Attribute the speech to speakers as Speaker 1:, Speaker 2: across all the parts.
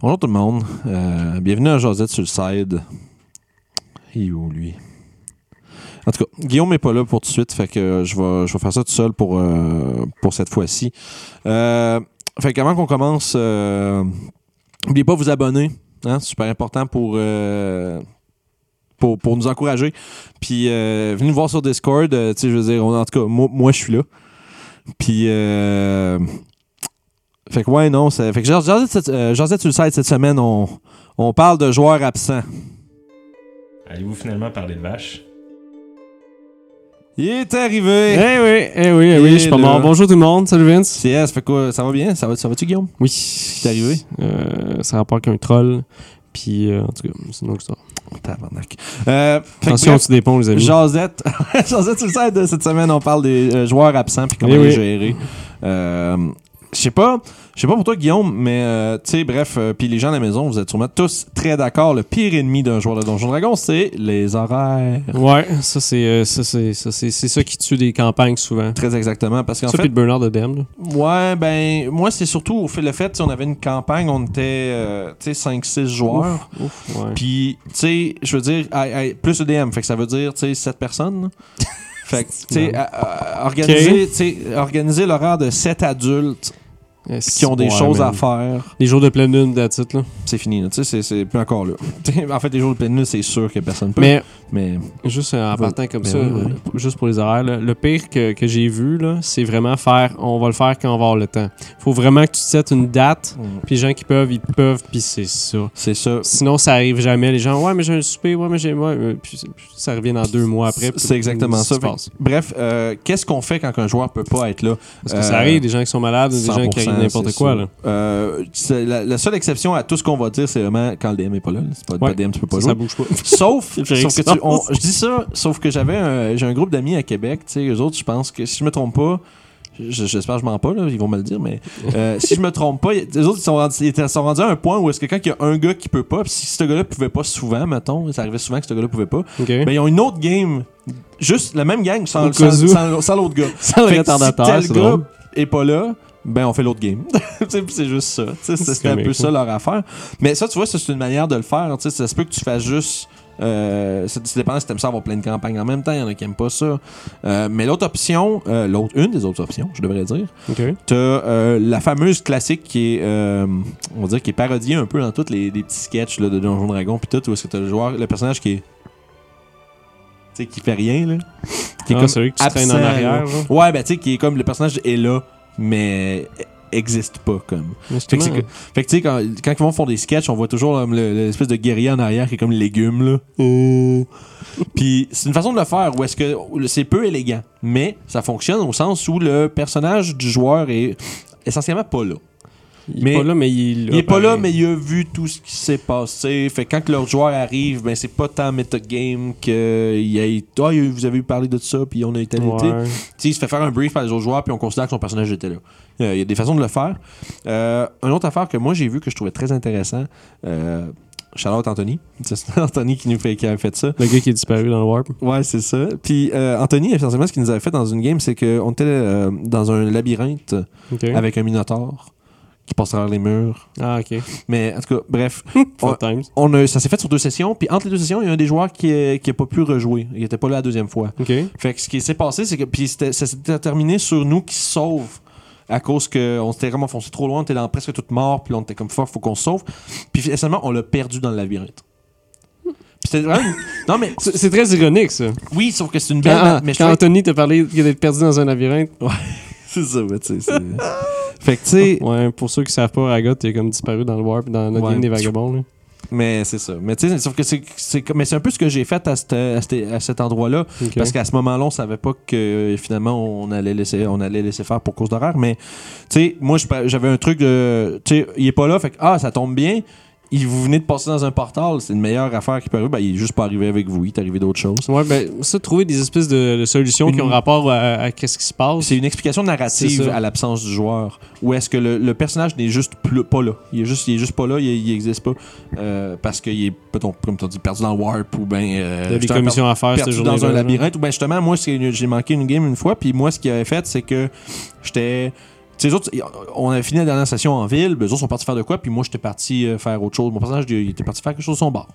Speaker 1: Bonjour tout le monde. Euh, bienvenue à Josette sur le side. Il est où, lui? En tout cas, Guillaume n'est pas là pour tout de suite, fait que euh, je vais, je vais faire ça tout seul pour, euh, pour cette fois-ci. Euh, fait qu'avant qu'on commence, euh, n'oubliez pas de vous abonner. hein, C'est super important pour, euh, pour, pour nous encourager. Puis euh, venez nous voir sur Discord. euh, tu sais, je veux dire, on- en tout cas, moi, moi, je suis là. Puis... euh, fait que ouais, non, ça, fait que Josette euh, sur le site cette semaine, on, on parle de joueurs absents.
Speaker 2: Allez-vous finalement parler de vaches?
Speaker 1: Il est arrivé!
Speaker 3: Eh oui, eh oui, eh
Speaker 1: Et
Speaker 3: oui, je suis pas
Speaker 1: là.
Speaker 3: mort. Bonjour tout le monde, salut Vince.
Speaker 1: CS, fait quoi? Ça va bien? Ça va, ça va-tu, Guillaume?
Speaker 3: Oui.
Speaker 1: t'est arrivé?
Speaker 3: Euh, ça rapporte qu'un troll. Puis, euh, en tout cas, c'est une autre histoire.
Speaker 1: Tabarnak. Euh, fait que
Speaker 3: Attention
Speaker 1: bref,
Speaker 3: au-dessus des ponts, les amis.
Speaker 1: Josette, Josette sur le site de cette semaine, on parle des euh, joueurs absents puis comment
Speaker 3: Eh
Speaker 1: les
Speaker 3: oui.
Speaker 1: gérer. Euh, je sais pas, je sais pas pour toi Guillaume, mais euh, tu sais bref, euh, puis les gens à la maison, vous êtes sûrement tous très d'accord. Le pire ennemi d'un joueur de Donjon Dragon, c'est les horaires.
Speaker 3: Ouais, ça, c'est euh, ça, c'est- ça, c'est- c'est ça qui tue des campagnes souvent.
Speaker 1: Très exactement, parce qu'en
Speaker 3: ça,
Speaker 1: fait,
Speaker 3: puis le burn-out de DM. là.
Speaker 1: Ouais, ben, moi, c'est surtout au fait, le fait, si on avait une campagne, on était, euh, tu sais, 5-6 joueurs.
Speaker 3: Ouf, ouais.
Speaker 1: Puis, tu sais, je veux dire, aïe, aïe, plus EDM, fait que ça veut dire, tu sais, 7 personnes. là. Fait que, tu sais, à- à- organiser, tu sais, organiser l'horaire de 7 adultes
Speaker 3: Eh,
Speaker 1: qui ont des
Speaker 3: ouais,
Speaker 1: choses à
Speaker 3: man.
Speaker 1: faire,
Speaker 3: Des jours de pleine lune, d'attitude, là.
Speaker 1: c'est fini, là. tu sais, c'est- c'est plus encore là. T'sais, en fait, les jours de pleine lune, c'est sûr que personne peut. Mais,
Speaker 3: Mais, juste euh, en
Speaker 1: Voilà.
Speaker 3: partant comme
Speaker 1: Ben
Speaker 3: ça,
Speaker 1: oui, oui.
Speaker 3: euh, p- juste pour les horaires, là, le pire que, que j'ai vu, là, c'est vraiment faire on va le faire quand on va avoir le temps. Faut vraiment que tu te settes une date, puis les gens qui peuvent, ils peuvent, puis c'est ça.
Speaker 1: c'est ça.
Speaker 3: Sinon, ça arrive jamais. Les gens, ouais, mais j'ai un souper, ouais, mais j'ai. Ouais, euh, puis c'est- puis ça revient dans deux mois après. puis
Speaker 1: C'est exactement
Speaker 3: qu'est-ce
Speaker 1: ça.
Speaker 3: qui se passe.
Speaker 1: Bref, euh, qu'est-ce qu'on fait quand un joueur peut pas être là?
Speaker 3: Parce que ça
Speaker 1: Euh,
Speaker 3: arrive, des gens qui sont malades, des gens qui
Speaker 1: 100%,
Speaker 3: arrivent n'importe
Speaker 1: c'est
Speaker 3: quoi.
Speaker 1: sûr.
Speaker 3: Là.
Speaker 1: Euh, c'est la, la seule exception à tout ce qu'on va dire, c'est vraiment quand le DM est pas là. là. C'est pas pas
Speaker 3: Ouais.
Speaker 1: le DM, tu peux pas
Speaker 3: Ça,
Speaker 1: jouer.
Speaker 3: ça bouge pas.
Speaker 1: Sauf,
Speaker 3: J'ai
Speaker 1: sauf que
Speaker 3: raison.
Speaker 1: tu- on- je dis ça, sauf que j'avais un, j'ai un groupe d'amis à Québec, tu sais, eux autres, je pense que si je me trompe pas, je- j'espère que je mens pas, là, ils vont me le dire, mais euh, si je me trompe pas, y- les autres, ils sont rendus, ils étaient- sont rendus à un point où est-ce que quand il y a un gars qui peut pas, pis si ce gars-là pouvait pas souvent, mettons, ça arrivait souvent que ce gars-là pouvait pas,
Speaker 3: OK.
Speaker 1: ben ils ont une autre game, juste la même gang sans,
Speaker 3: Au
Speaker 1: sans-
Speaker 3: cas où.
Speaker 1: sans- sans l'autre gars.
Speaker 3: Sans
Speaker 1: Fait
Speaker 3: le
Speaker 1: que
Speaker 3: rétardateur,
Speaker 1: si
Speaker 3: c'est
Speaker 1: tel gars
Speaker 3: drôle.
Speaker 1: est pas là, ben on fait l'autre game. Tu sais, c'est juste ça. Tu sais,
Speaker 3: C'est
Speaker 1: C'était un peu
Speaker 3: comique,
Speaker 1: ça leur affaire. Mais ça, tu vois, ça, c'est une manière de le faire. Tu sais, ça se peut que tu fasses juste. Euh, ça, ça dépend si t'aimes ça avoir plein de campagnes en même temps. Il y en a qui aiment pas ça. Euh, mais l'autre option, euh, l'autre, une des autres options, je devrais dire,
Speaker 3: OK.
Speaker 1: t'as euh, la fameuse classique qui est, euh, on va dire, qui est parodiée un peu dans tous les, les petits sketchs là, de Donjon Dragon puis tout, où est-ce que t'as le joueur, le personnage qui est, tu sais, qui fait rien là, qui est
Speaker 3: Ah,
Speaker 1: comme
Speaker 3: celui qui se traîne en
Speaker 1: absent,
Speaker 3: arrière. genre.
Speaker 1: Ouais, ben tu sais, qui est comme le personnage est là, mais existe pas comme. Fait que, c'est que- fait que, tu sais, quand, quand ils vont faire des sketchs, on voit toujours euh, le- l'espèce de guerrier en arrière qui est comme légume, là. Oh. Puis c'est une façon de le faire où est-ce que c'est peu élégant, mais ça fonctionne au sens où le personnage du joueur est essentiellement pas là.
Speaker 3: Il
Speaker 1: mais-
Speaker 3: est pas là, mais il.
Speaker 1: Il est pas là, mais il a vu tout ce qui s'est passé. Fait que quand que leur joueur arrive, ben c'est pas tant metagame que il a toi vous avez parlé de ça puis on a été invité.
Speaker 3: Ouais.
Speaker 1: Tu sais, il se fait faire un brief par les autres joueurs, puis on considère que son personnage était là. Euh, Il y a des façons de le faire. Euh, une autre affaire que moi j'ai vu que je trouvais très intéressant, euh, Charlotte Anthony. C'est Anthony qui nous fait, qui a fait ça.
Speaker 3: Le gars qui est disparu dans le warp.
Speaker 1: Ouais, c'est ça. Puis euh, Anthony, essentiellement, ce qu'il nous avait fait dans une game, c'est qu'on était euh, dans un labyrinthe
Speaker 3: OK.
Speaker 1: avec un minotaure qui passe travers les murs.
Speaker 3: Ah, OK.
Speaker 1: Mais en tout cas, bref,
Speaker 3: Four times.
Speaker 1: on a- ça s'est fait sur deux sessions. Puis entre les deux sessions, il y a un des joueurs qui n'a qui a pas pu rejouer. Il était pas là la deuxième fois.
Speaker 3: OK.
Speaker 1: Fait que ce qui s'est passé, c'est que puis c'était- ça s'était terminé sur nous qui se sauve à cause qu'on s'était vraiment foncé trop loin, on était dans presque toute mort, puis là, on était comme fuck, faut qu'on se sauve. Puis finalement, on l'a perdu dans le labyrinthe. Puis c'était vraiment. non, mais
Speaker 3: C'est c'est très ironique, ça.
Speaker 1: oui, sauf que c'est une belle.
Speaker 3: Quand,
Speaker 1: Ben, mais je
Speaker 3: Ah, quand
Speaker 1: trouvais-
Speaker 3: Anthony t'a parlé d'être perdu dans un labyrinthe,
Speaker 1: C'est ça, mais tu sais. c'est- fait que tu sais.
Speaker 3: ouais, pour ceux qui savent pas, Ragot, il est comme disparu dans le warp, dans notre
Speaker 1: Ouais.
Speaker 3: game des vagabonds. Là.
Speaker 1: Mais c'est ça. Mais tu sais, sauf que c'est- c'est. comme- Mais c'est un peu ce que j'ai fait à, cette- à, cette- à cet endroit-là.
Speaker 3: Ok.
Speaker 1: Parce qu'à ce moment-là, on savait pas que euh, finalement on allait laisser, on allait laisser faire pour cause d'horaire. Mais tu sais, moi je pa- j'avais un truc de, tu sais, il est pas là, fait que ah ça tombe bien. Il, vous venez de passer dans un portal, c'est une meilleure affaire qui peut arriver. Ben, il est juste pas arrivé avec vous, il est arrivé d'autres choses.
Speaker 3: Ouais, ben, ça, trouver des espèces de, de solutions qui ont
Speaker 1: Une-
Speaker 3: rapport à, à qu'est-ce qui se passe.
Speaker 1: C'est une explication narrative
Speaker 3: C'est ça.
Speaker 1: à l'absence du joueur. Ou est-ce que le, le personnage n'est juste plus- pas là Il est juste, il est juste pas là, il, il existe pas euh, parce qu'il est, peut-on- comme tu dis, perdu dans le warp ou ben. euh,
Speaker 3: Il y a des
Speaker 1: justement,
Speaker 3: commissions à faire Ah, cette
Speaker 1: perdu
Speaker 3: journée
Speaker 1: dans un labyrinthe. Ou ben justement, moi, c'est- j'ai manqué une game une fois, puis moi, ce qu'il avait fait, c'est que j'étais. les autres, ils- on a fini la dernière session en ville, ben, les autres sont partis faire de quoi, puis moi, j'étais parti euh, faire autre chose. Mon personnage, il il était parti faire quelque chose à son bar.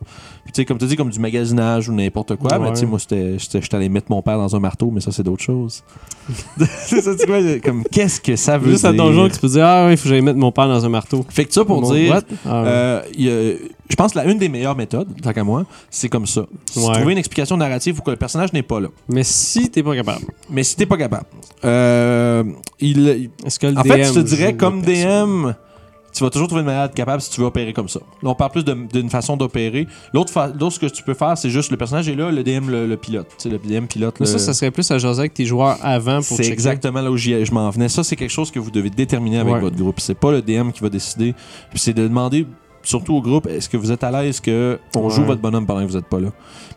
Speaker 1: Puis, tu sais, comme tu dis, comme du magasinage ou n'importe quoi, mais
Speaker 3: Ouais.
Speaker 1: tu sais, moi, c'était- j'étais j'étais allé mettre mon père dans un marteau, mais ça, c'est d'autres choses. c'est ça, tu vois, comme qu'est-ce que ça veut
Speaker 3: Juste
Speaker 1: dire?
Speaker 3: à donjon que tu peux dire Ah oui, il faut que j'aille mettre mon père dans un marteau.
Speaker 1: Fait que ça, pour
Speaker 3: Mon-
Speaker 1: dire.
Speaker 3: What? Ah, ouais.
Speaker 1: Euh, il y a- je pense que la une des meilleures méthodes, tant qu'à moi, c'est comme ça. C'est
Speaker 3: Ouais.
Speaker 1: Trouver une explication narrative où que le personnage n'est pas là.
Speaker 3: Mais si t'es pas capable,
Speaker 1: Mais si t'es pas capable, euh, il, il-
Speaker 3: est-ce que le
Speaker 1: en
Speaker 3: DM
Speaker 1: fait, je te dirais
Speaker 3: joue
Speaker 1: comme
Speaker 3: la personne?
Speaker 1: DM, tu vas toujours trouver une manière d'être capable si tu veux opérer comme ça. Là, on parle plus de- d'une façon d'opérer. L'autre, fa- l'autre, ce que tu peux faire, c'est juste le personnage est là, le DM le, le pilote. Tu sais, le DM pilote.
Speaker 3: Mais
Speaker 1: le-
Speaker 3: ça, ça serait plus à jaser avec tes joueurs avant pour
Speaker 1: euh, c'est
Speaker 3: checker.
Speaker 1: exactement là où j'y- je m'en venais. Ça, c'est quelque chose que vous devez déterminer avec
Speaker 3: Ouais.
Speaker 1: votre groupe. C'est pas le DM qui va décider. Puis c'est de demander surtout au groupe est-ce que vous êtes à l'aise que on joue
Speaker 3: Ouais.
Speaker 1: votre bonhomme pendant que vous êtes pas là.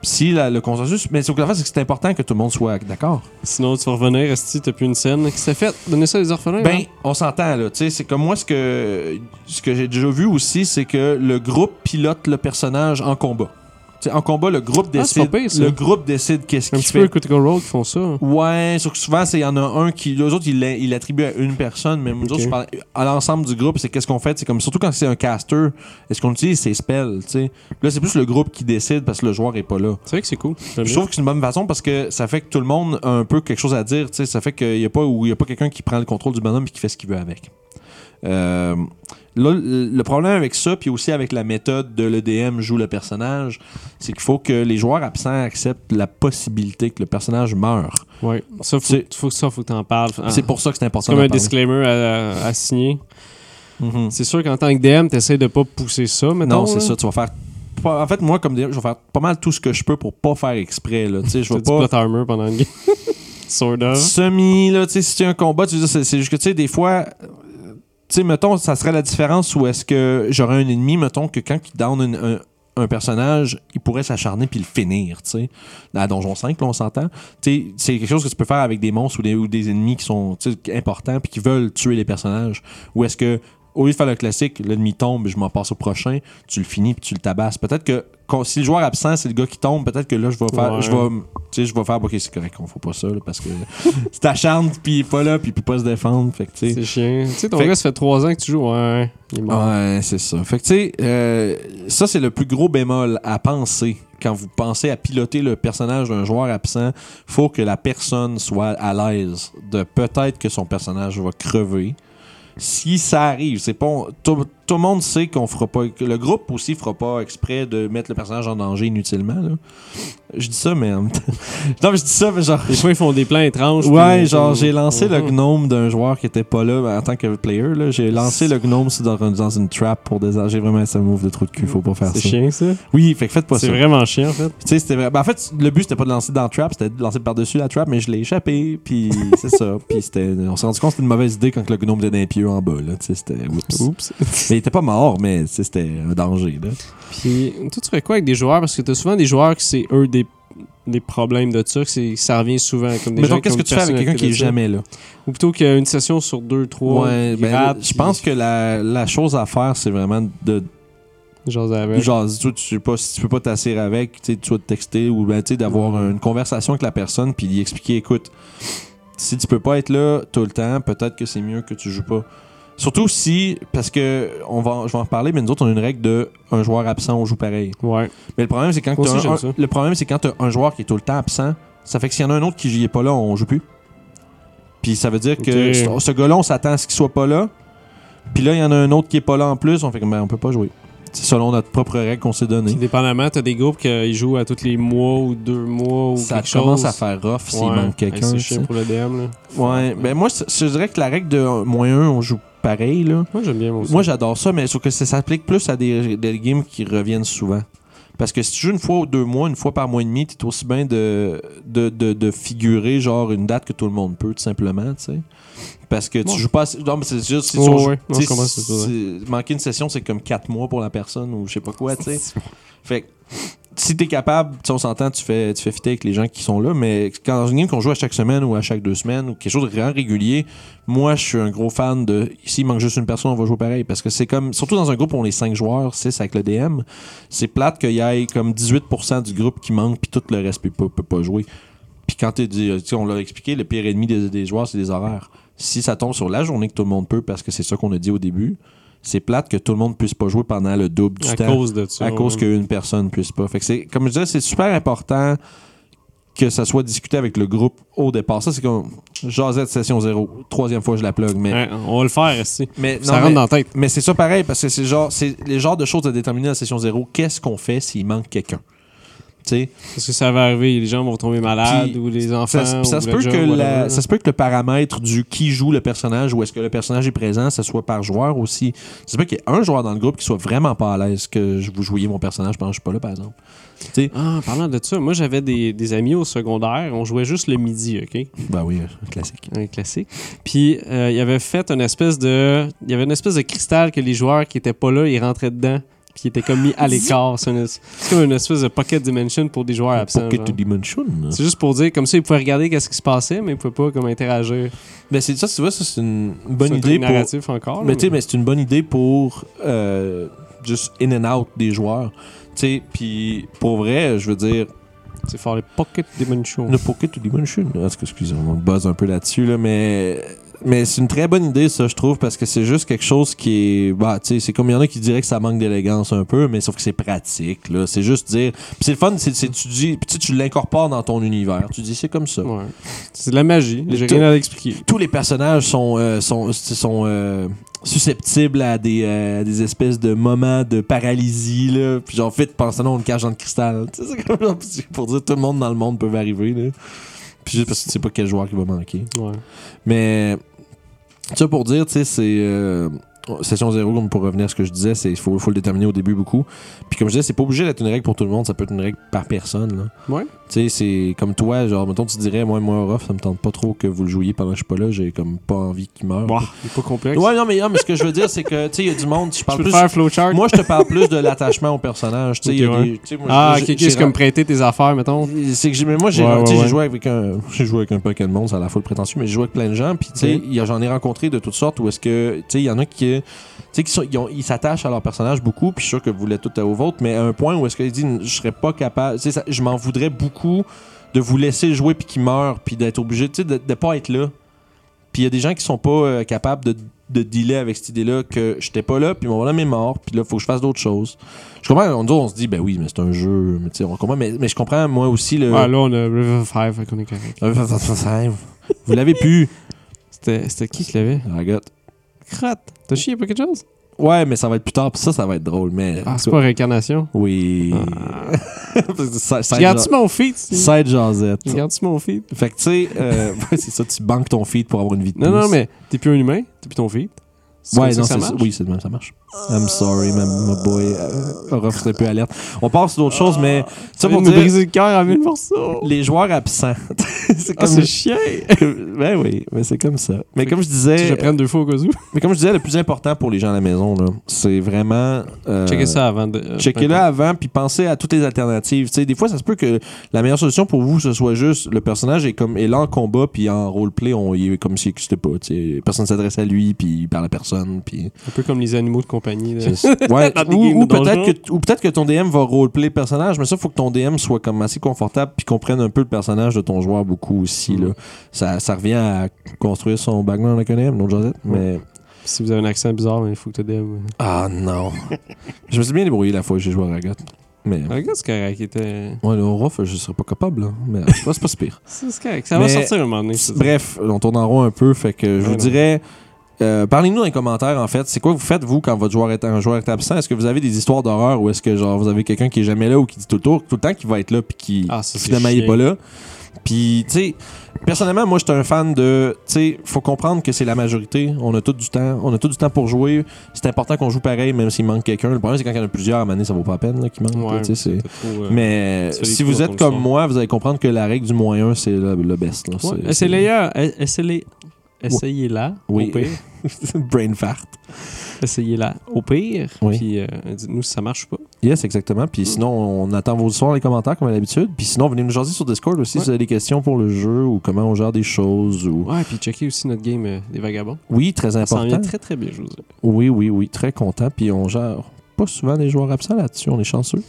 Speaker 1: Puis si la- le consensus, mais ce que la face, c'est que c'est important que tout le monde soit d'accord.
Speaker 3: Sinon, tu vas revenir, Esti, t'as plus une scène qui s'est faite. Donnez ça aux orphelins.
Speaker 1: Ben,
Speaker 3: hein.
Speaker 1: on s'entend là. Tu sais, c'est comme moi ce que ce que j'ai déjà vu aussi, c'est que le groupe pilote le personnage en combat. Tu sais, en combat, le groupe
Speaker 3: Ah, c'est
Speaker 1: décide.
Speaker 3: pas pire, ça.
Speaker 1: le groupe décide qu'est-ce
Speaker 3: un
Speaker 1: qu'il
Speaker 3: petit peu
Speaker 1: fait.
Speaker 3: Critical Role qui font ça. hein.
Speaker 1: Ouais, sauf que souvent, c'est- il y en a un qui. Les autres, il l'a- il l'attribue à une personne, mais nous
Speaker 3: Ok.
Speaker 1: autres, je parle à l'ensemble du groupe, c'est qu'est-ce qu'on fait. C'est comme surtout quand c'est un caster, est-ce qu'on utilise ses spells, tu sais. Là, c'est plus le groupe qui décide parce que le joueur est pas là.
Speaker 3: C'est vrai que c'est cool.
Speaker 1: Je
Speaker 3: J'aime bien.
Speaker 1: trouve que c'est une bonne façon parce que ça fait que tout le monde a un peu quelque chose à dire, tu sais. Ça fait qu'il n'y a pas où il y a pas quelqu'un qui prend le contrôle du bonhomme et qui fait ce qu'il veut avec. Euh, là, le le problème avec ça, puis aussi avec la méthode de l'EDM joue le personnage, c'est qu'il faut que les joueurs absents acceptent la possibilité que le personnage meure.
Speaker 3: Ouais. Ça, faut,
Speaker 1: C'est-
Speaker 3: faut que ça, faut que t'en parles. Ah.
Speaker 1: C'est pour ça que c'est
Speaker 3: C'est
Speaker 1: important.
Speaker 3: comme
Speaker 1: d'en
Speaker 3: un
Speaker 1: parler.
Speaker 3: disclaimer à, à signer.
Speaker 1: Mhm.
Speaker 3: C'est hein? sûr qu'en tant que DM, t'essayes de pas pousser ça, maintenant.
Speaker 1: Non, c'est ça. Tu vas faire. pas- En fait, moi, comme DM, je vais faire pas mal tout ce que je peux pour pas faire exprès. Là. Tu sais, Je
Speaker 3: T'as
Speaker 1: vais
Speaker 3: du
Speaker 1: pas.
Speaker 3: plot armor pendant une game. sort of.
Speaker 1: Semi, là, tu sais, si tu as un combat, tu veux dire, c'est c'est juste que, tu sais, des fois. euh, Tu sais, mettons, ça serait la différence où est-ce que j'aurais un ennemi, mettons, que quand il down une- un, un personnage, il pourrait s'acharner puis le finir, tu sais. Dans Donjon 5, là, on s'entend. Tu sais, c'est quelque chose que tu peux faire avec des monstres ou des, ou des ennemis qui sont tu sais, importants puis qui veulent tuer les personnages. Ou est-ce que, au lieu de faire le classique, l'ennemi tombe, je m'en passe au prochain, tu le finis puis tu le tabasses. Peut-être que quand- si le joueur absent, c'est le gars qui tombe, peut-être que là, je vais faire,
Speaker 3: Ouais.
Speaker 1: je vais, tu sais, je vais faire, ok, c'est correct, on fait pas ça, là, parce que tu t'acharnes puis il est pas là puis il peut pas se défendre, fait que tu sais.
Speaker 3: C'est chiant. Tu sais, ton
Speaker 1: Fait-
Speaker 3: gars, ça fait 3 ans que tu joues. Ouais. Il est mort.
Speaker 1: Ouais, c'est ça. Fait que tu sais, euh, ça c'est le plus gros bémol à penser. Quand vous pensez à piloter le personnage d'un joueur absent, faut que la personne soit à l'aise de peut-être que son personnage va crever. Si ça arrive, c'est pas on- tout, tout le monde sait qu'on fera pas que le groupe aussi fera pas exprès de mettre le personnage en danger inutilement là. Je dis ça mais en même temps- Non, mais je dis ça mais genre
Speaker 3: Des fois, ils font des plans étranges.
Speaker 1: Ah. Ouais,
Speaker 3: puis-
Speaker 1: genre j'ai lancé le
Speaker 3: Mhm.
Speaker 1: gnome d'un joueur qui était pas là ben, en tant que player. là. J'ai lancé le gnome sur- dans, dans une trap pour désarger J'ai vraiment ça move de trou de cul, faut pas faire ça.
Speaker 3: C'est chiant, ça.
Speaker 1: Oui, fait que faites pas ça.
Speaker 3: C'est vraiment chiant, en fait.
Speaker 1: Tu sais, c'était vrai- ben, en fait, le but c'était pas de lancer dans la trap, c'était de lancer par-dessus la trap, mais je l'ai échappé, puis c'est ça. Puis c'était, on s'est rendu compte que c'était une mauvaise idée quand le gnome était d'un pieu en bas. Là. Tu sais, c'était, oups.
Speaker 3: Oups.
Speaker 1: Mais il était pas mort, mais tu sais, c'était un danger. Là.
Speaker 3: Puis, toi, tu fais quoi avec des joueurs? Parce que t'as souvent des joueurs que c'est eux des, des problèmes de ça, que c'est- ça revient souvent. Comme des
Speaker 1: Mais
Speaker 3: gens
Speaker 1: donc, qu'est-ce
Speaker 3: qui
Speaker 1: que
Speaker 3: ont
Speaker 1: tu fais avec
Speaker 3: une
Speaker 1: quelqu'un qui est
Speaker 3: personnalité de ça.
Speaker 1: jamais là?
Speaker 3: Ou plutôt qu'une session sur deux, trois.
Speaker 1: Ouais, ben, je pense que la, la chose à faire, c'est vraiment de
Speaker 3: Genre,
Speaker 1: Genre, tu, tu sais pas, si tu peux pas t'asseoir avec, tu sais, tu vas te texter ou ben, tu sais, d'avoir une conversation avec la personne puis lui expliquer, écoute, si tu peux pas être là tout le temps, peut-être que c'est mieux que tu joues pas. Surtout si, parce que on va, je vais en reparler, mais nous autres, on a une règle de un joueur absent, on joue pareil.
Speaker 3: Ouais.
Speaker 1: Mais le problème, c'est quand
Speaker 3: Moi
Speaker 1: t'as
Speaker 3: aussi,
Speaker 1: un,
Speaker 3: j'aime ça.
Speaker 1: un- le problème, c'est quand t'as un joueur qui est tout le temps absent, ça fait que s'il y en a un autre qui y est pas là, on joue plus. Puis ça veut dire que
Speaker 3: Ok.
Speaker 1: ce, ce gars-là, on s'attend à ce qu'il soit pas là. Puis là, il y en a un autre qui est pas là en plus, on fait que ben, on peut pas jouer. C'est selon notre propre règle qu'on s'est
Speaker 3: Puis,
Speaker 1: donnée.
Speaker 3: dépendamment, t'as des groupes qui jouent à tous les mois ou deux mois ou
Speaker 1: Ça
Speaker 3: quelque
Speaker 1: commence
Speaker 3: chose.
Speaker 1: à faire rough s'il
Speaker 3: Ouais.
Speaker 1: manque
Speaker 3: Hey,
Speaker 1: quelqu'un.
Speaker 3: C'est
Speaker 1: tu
Speaker 3: chiant pour le DM, là.
Speaker 1: sais. Ouais, ben moi, c'est- je dirais que la règle de euh, moins 1, on joue pareil. Là.
Speaker 3: Moi, j'aime bien, moi aussi.
Speaker 1: Moi, j'adore ça, mais sauf que ça s'applique plus à des, des games qui reviennent souvent. Parce que si tu joues une fois ou deux mois, une fois par mois et demi, t'es aussi bien de, de, de, de figurer genre une date que tout le monde peut, tout simplement, tu sais. Parce que tu
Speaker 3: Ouais.
Speaker 1: joues pas assez- Non, mais c'est juste. si
Speaker 3: Ouais,
Speaker 1: tu
Speaker 3: ouais,
Speaker 1: joues-
Speaker 3: ouais.
Speaker 1: tu
Speaker 3: Non,
Speaker 1: sais,
Speaker 3: je comprends ce que tu veux
Speaker 1: c'est- Manquer une session, c'est comme quatre mois pour la personne ou je sais pas quoi, tu sais. Fait que, si t'es capable, tu sais, on s'entend, tu fais, tu fais fitter avec les gens qui sont là, mais quand dans une game qu'on joue à chaque semaine ou à chaque deux semaines ou quelque chose de vraiment régulier, moi, je suis un gros fan de s'il manque juste une personne, on va jouer pareil. Parce que c'est comme, surtout dans un groupe où on est cinq joueurs, 6 avec le DM, c'est plate qu'il y ait comme 18% du groupe qui manque, puis tout le reste peut, peut, peut pas jouer. Puis quand t'es dit, tu sais, on l'a expliqué, le pire ennemi des, des joueurs, c'est les horaires. si ça tombe sur la journée que tout le monde peut, parce que c'est ça qu'on a dit au début, c'est plate que tout le monde puisse pas jouer pendant le double du
Speaker 3: à
Speaker 1: temps.
Speaker 3: cause de ça.
Speaker 1: à cause
Speaker 3: ouais.
Speaker 1: qu'une personne puisse pas. Fait que c'est, comme je disais, c'est super important que ça soit discuté avec le groupe au départ. Ça, c'est comme Josette Session 0. Troisième fois, je la plug. Mais,
Speaker 3: Hein, on va le faire, si.
Speaker 1: mais, non,
Speaker 3: Ça rentre
Speaker 1: mais,
Speaker 3: dans la tête.
Speaker 1: mais c'est ça pareil, parce que c'est, genre, c'est les genres de choses à déterminer dans Session 0. Qu'est-ce qu'on fait s'il manque quelqu'un? Tu sais,
Speaker 3: Parce que ça va arriver, les gens vont tomber malades
Speaker 1: Puis,
Speaker 3: ou les enfants.
Speaker 1: ça, se- ça
Speaker 3: ou
Speaker 1: se
Speaker 3: le
Speaker 1: peut
Speaker 3: job,
Speaker 1: que la-
Speaker 3: whatever.
Speaker 1: ça se peut que le paramètre du qui joue le personnage ou est-ce que le personnage est présent, ça soit par joueur aussi. Ça se peut qu'il y ait un joueur dans le groupe qui soit vraiment pas à l'aise que je vous jouiez mon personnage pendant que je suis pas là, par exemple. Tu sais,
Speaker 3: Ah, parlant de ça, moi j'avais des, des amis au secondaire, on jouait juste le midi, OK?
Speaker 1: ben oui, euh, classique.
Speaker 3: Un classique. Puis euh, il avait fait une espèce de. Il y avait une espèce de cristal que les joueurs qui étaient pas là, ils rentraient dedans. Puis ils étaient comme mis à l'écart. C'est une- c'est comme une espèce de pocket dimension pour des joueurs absents.
Speaker 1: Pocket
Speaker 3: genre.
Speaker 1: to Dimension.
Speaker 3: C'est juste pour dire, comme ça, ils pouvaient regarder qu'est-ce qui se passait, mais ils pouvaient pas comme interagir.
Speaker 1: Mais Ben, c'est ça, tu vois, ça, c'est une bonne
Speaker 3: C'est un truc
Speaker 1: idée pour.
Speaker 3: narratif encore.
Speaker 1: Mais
Speaker 3: là,
Speaker 1: tu sais, mais c'est une bonne idée pour euh, juste in and out des joueurs. Tu sais, puis pour vrai, je veux dire,
Speaker 3: c'est fort les pocket dimension.
Speaker 1: Le Pocket ou Dimension. En tout cas, excusez-moi, on buzz un peu là-dessus, là, mais. Mais c'est une très bonne idée, ça, je trouve, parce que c'est juste quelque chose qui est. Bah, tu sais, c'est comme il y en a qui diraient que ça manque d'élégance un peu, mais sauf que c'est pratique, là. C'est juste dire. Puis c'est le fun, c'est c'est- tu dis. Puis tu sais, tu l'incorpores dans ton univers. Tu dis, c'est comme ça.
Speaker 3: Ouais. C'est de la magie.
Speaker 1: Mais
Speaker 3: J'ai
Speaker 1: tout-
Speaker 3: rien à expliquer.
Speaker 1: Tous les personnages sont. euh, sont, sont euh, susceptibles à des, euh, à des espèces de moments de paralysie, là. Puis genre, vite, pense non, on le cache dans le cristal. Tu sais, c'est comme genre, pour dire tout le monde dans le monde peut arriver, là. Puis juste parce que tu sais pas quel joueur qui va manquer.
Speaker 3: Ouais.
Speaker 1: Mais ça pour dire, tu sais, c'est. euh, session zéro, comme pour revenir à ce que je disais, c'est il faut, faut le déterminer au début beaucoup. Puis comme je disais, c'est pas obligé d'être une règle pour tout le monde, ça peut être une règle par personne. Là.
Speaker 3: Ouais.
Speaker 1: Tu sais, c'est comme toi, genre, mettons, tu dirais, moi, moi, Orof, ça me tente pas trop que vous le jouiez pendant que je suis pas là, j'ai comme pas envie qu'il meure.
Speaker 3: Bah, il est pas complexe.
Speaker 1: Ouais, non, mais, non, mais ce que je veux dire, c'est que, tu sais, il y a du monde, je
Speaker 3: je
Speaker 1: parle
Speaker 3: peux te
Speaker 1: plus.
Speaker 3: faire un flowchart.
Speaker 1: Moi, je te parle plus de l'attachement au personnage, tu sais. il y a
Speaker 3: Ok, ouais.
Speaker 1: des- tu sais, moi,
Speaker 3: ah,
Speaker 1: j'ai-
Speaker 3: ok, ok,
Speaker 1: j'ai-
Speaker 3: c'est comme prêter tes affaires, mettons.
Speaker 1: c'est que j'ai- mais moi j'ai
Speaker 3: Ouais, ouais,
Speaker 1: tu sais, j'ai
Speaker 3: ouais.
Speaker 1: joué avec un j'ai joué avec un paquet de monde ça a la foule prétentieux mais j'ai joué avec plein de gens puis tu sais
Speaker 3: Ok.
Speaker 1: il y a- j'en ai rencontré de toutes sortes où est-ce que tu sais il y en a qui tu sais qui sont- ils ont- ils s'attachent à leur personnage beaucoup puis je suis sûr que vous l'êtes tout à vôtre mais à un point où est-ce qu'ils disent je serais pas capable tu sais ça- je m'en voudrais beaucoup de vous laisser jouer puis qu'ils meurent puis d'être obligé tu sais de, de pas être là puis il y a des gens qui sont pas euh, capables de de dealer avec cette idée-là que j'étais pas là, puis mon bonhomme est mort, puis là, faut que je fasse d'autres choses. Je comprends, on, nous autres, on se dit, ben oui, mais c'est un jeu, mais tu sais, on comprend, mais, mais je comprends, moi aussi, le.
Speaker 3: Ah, là, on a River 5, fait qu'on est correct.
Speaker 1: Vous l'avez pu.
Speaker 3: C'était c'était qui qui l'avait
Speaker 1: Regarde.
Speaker 3: Crotte. T'as chié pas quelque chose
Speaker 1: Ouais, mais ça va être plus tard, puis ça, ça va être drôle, mais.
Speaker 3: Ah, c'est pas réincarnation.
Speaker 1: Oui.
Speaker 3: Ah.
Speaker 1: ça, ça aide
Speaker 3: Regarde-tu mon feed
Speaker 1: Ja- ça aide Josette.
Speaker 3: Regarde-tu mon feed
Speaker 1: Fait que, tu sais, euh, ouais, c'est ça, tu banques ton feed pour avoir une vie de
Speaker 3: Non, non,
Speaker 1: plus.
Speaker 3: mais t'es plus un humain, t'es plus ton feed. C'est
Speaker 1: Ouais,
Speaker 3: comme
Speaker 1: non,
Speaker 3: ça
Speaker 1: c'est
Speaker 3: que
Speaker 1: ça.
Speaker 3: marche?
Speaker 1: Oui, c'est le même, ça marche. I'm sorry, ma, ma boy. Euh, Orof serait plus alerte. On passe sur d'autres choses, mais. Ça
Speaker 3: Ça
Speaker 1: pour
Speaker 3: pour
Speaker 1: dire.
Speaker 3: nous briser le cœur à mille morceaux.
Speaker 1: Les joueurs absents. c'est comme.
Speaker 3: Ah, c'est chiant.
Speaker 1: ben oui, mais c'est comme ça. Mais
Speaker 3: Fait
Speaker 1: comme je
Speaker 3: Tu
Speaker 1: disais.
Speaker 3: je prends deux fois au cas où.
Speaker 1: Mais comme je disais, le plus important pour les gens à la maison, là, c'est vraiment. euh,
Speaker 3: Checker ça avant de.
Speaker 1: Checkez-le avant, puis pensez à toutes les alternatives. Tu sais, des fois, ça se peut que la meilleure solution pour vous, ce soit juste le personnage est, comme, est là en combat, puis en roleplay, on il est comme s'il n'existait pas. tu sais. Personne ne s'adresse à lui, puis il parle à personne. Puis...
Speaker 3: Un peu comme les animaux de compagnie. là.
Speaker 1: Euh, C'est- Ouais,
Speaker 3: Dans des games
Speaker 1: ou ou
Speaker 3: de
Speaker 1: peut-être
Speaker 3: donjon.
Speaker 1: que, ou peut-être que ton DM va roleplay le personnage, mais ça, faut que ton DM soit comme assez confortable, puis comprenne un peu le personnage de ton joueur beaucoup aussi.
Speaker 3: Mm.
Speaker 1: Là. Ça, ça revient à construire son background avec un DM, non, Josette?
Speaker 3: Mm.
Speaker 1: Mais.
Speaker 3: Si vous avez un accent bizarre, ben, il faut que tu DM.
Speaker 1: Ah non. je me suis bien débrouillé la fois où j'ai joué à Ragot. Mais
Speaker 3: Ah, Regarde ce correct. il était-
Speaker 1: ouais, le rough, je serais pas capable. là. Mais c'est pas, c'est pas si pire.
Speaker 3: C'est c'est correct. Ça
Speaker 1: Mais-
Speaker 3: va sortir un moment donné. ça.
Speaker 1: Bref, on tourne en rond un peu. Fait que je vous
Speaker 3: Ouais, non.
Speaker 1: dirais. euh, Parlez-nous dans les commentaires, en fait. C'est quoi vous faites, vous, quand votre joueur est, un joueur est absent? Est-ce que vous avez des histoires d'horreur ou est-ce que genre vous avez quelqu'un qui est jamais là ou qui dit tout le, tour, tout le temps qu'il va être là puis qui
Speaker 3: Ah, ça, c'est
Speaker 1: finalement il est
Speaker 3: chiant.
Speaker 1: pas là? Puis, tu sais, personnellement, moi, j'étais un fan de. Tu sais, faut comprendre que c'est la majorité. On a tout du temps. On a tout du temps pour jouer. C'est important qu'on joue pareil, même s'il manque quelqu'un. Le problème, c'est quand il y en a plusieurs, à un moment donné, ça vaut pas la peine là, qu'il manque. là,
Speaker 3: Ouais,
Speaker 1: tu sais, c'est-
Speaker 3: T'as trop, euh,
Speaker 1: mais
Speaker 3: tu fais des
Speaker 1: si
Speaker 3: coups
Speaker 1: vous
Speaker 3: dans
Speaker 1: êtes
Speaker 3: ton
Speaker 1: comme
Speaker 3: sang.
Speaker 1: moi, vous allez comprendre que la règle du moyen, c'est le, le best. là.
Speaker 3: Ouais, Essayez-la. e- essayez- Essayez-la.
Speaker 1: Oui.
Speaker 3: Au pire.
Speaker 1: Brain fart.
Speaker 3: Essayez-la. Au pire.
Speaker 1: Oui.
Speaker 3: Puis euh, dites-nous si ça marche ou pas.
Speaker 1: Yes, exactement. Puis sinon, on attend vos histoires, les commentaires, comme à l'habitude. Puis sinon, venez nous jaser sur Discord aussi
Speaker 3: Ouais.
Speaker 1: si vous avez des questions pour le jeu ou comment on gère des choses. Ou...
Speaker 3: Ouais, puis checkez aussi notre game euh, des vagabonds.
Speaker 1: Oui, très
Speaker 3: Ça s'en
Speaker 1: important.
Speaker 3: vient très très bien, je vous dis.
Speaker 1: Oui, oui, oui. Très content. Puis on gère pas souvent des joueurs absents là-dessus. On est chanceux.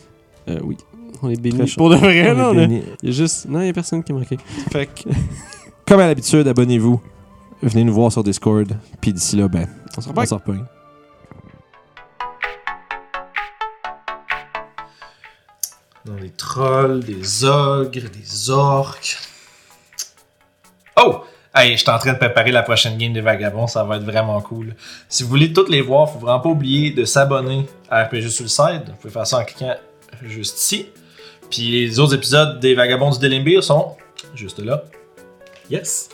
Speaker 3: Euh, oui. On est
Speaker 1: Très
Speaker 3: bénis.
Speaker 1: chaud.
Speaker 3: Pour de vrai,
Speaker 1: On est
Speaker 3: là, on est-
Speaker 1: bénis.
Speaker 3: Il y a juste. Non, il y a personne qui est marqué.
Speaker 1: Fait que- comme à l'habitude, abonnez-vous. Venez nous voir sur Discord. Puis d'ici là, ben,
Speaker 3: On se
Speaker 1: on
Speaker 3: reparle.
Speaker 1: s'en repogne.
Speaker 4: Dans des trolls, des ogres, des orques. Oh! Hey, je suis en train de préparer la prochaine game des Vagabonds, ça va être vraiment cool. Si vous voulez toutes les voir, faut vraiment pas oublier de s'abonner à RPG Suicide. Vous pouvez faire ça en cliquant juste ici. Puis les autres épisodes des Vagabonds du Delimbir sont juste là. Yes!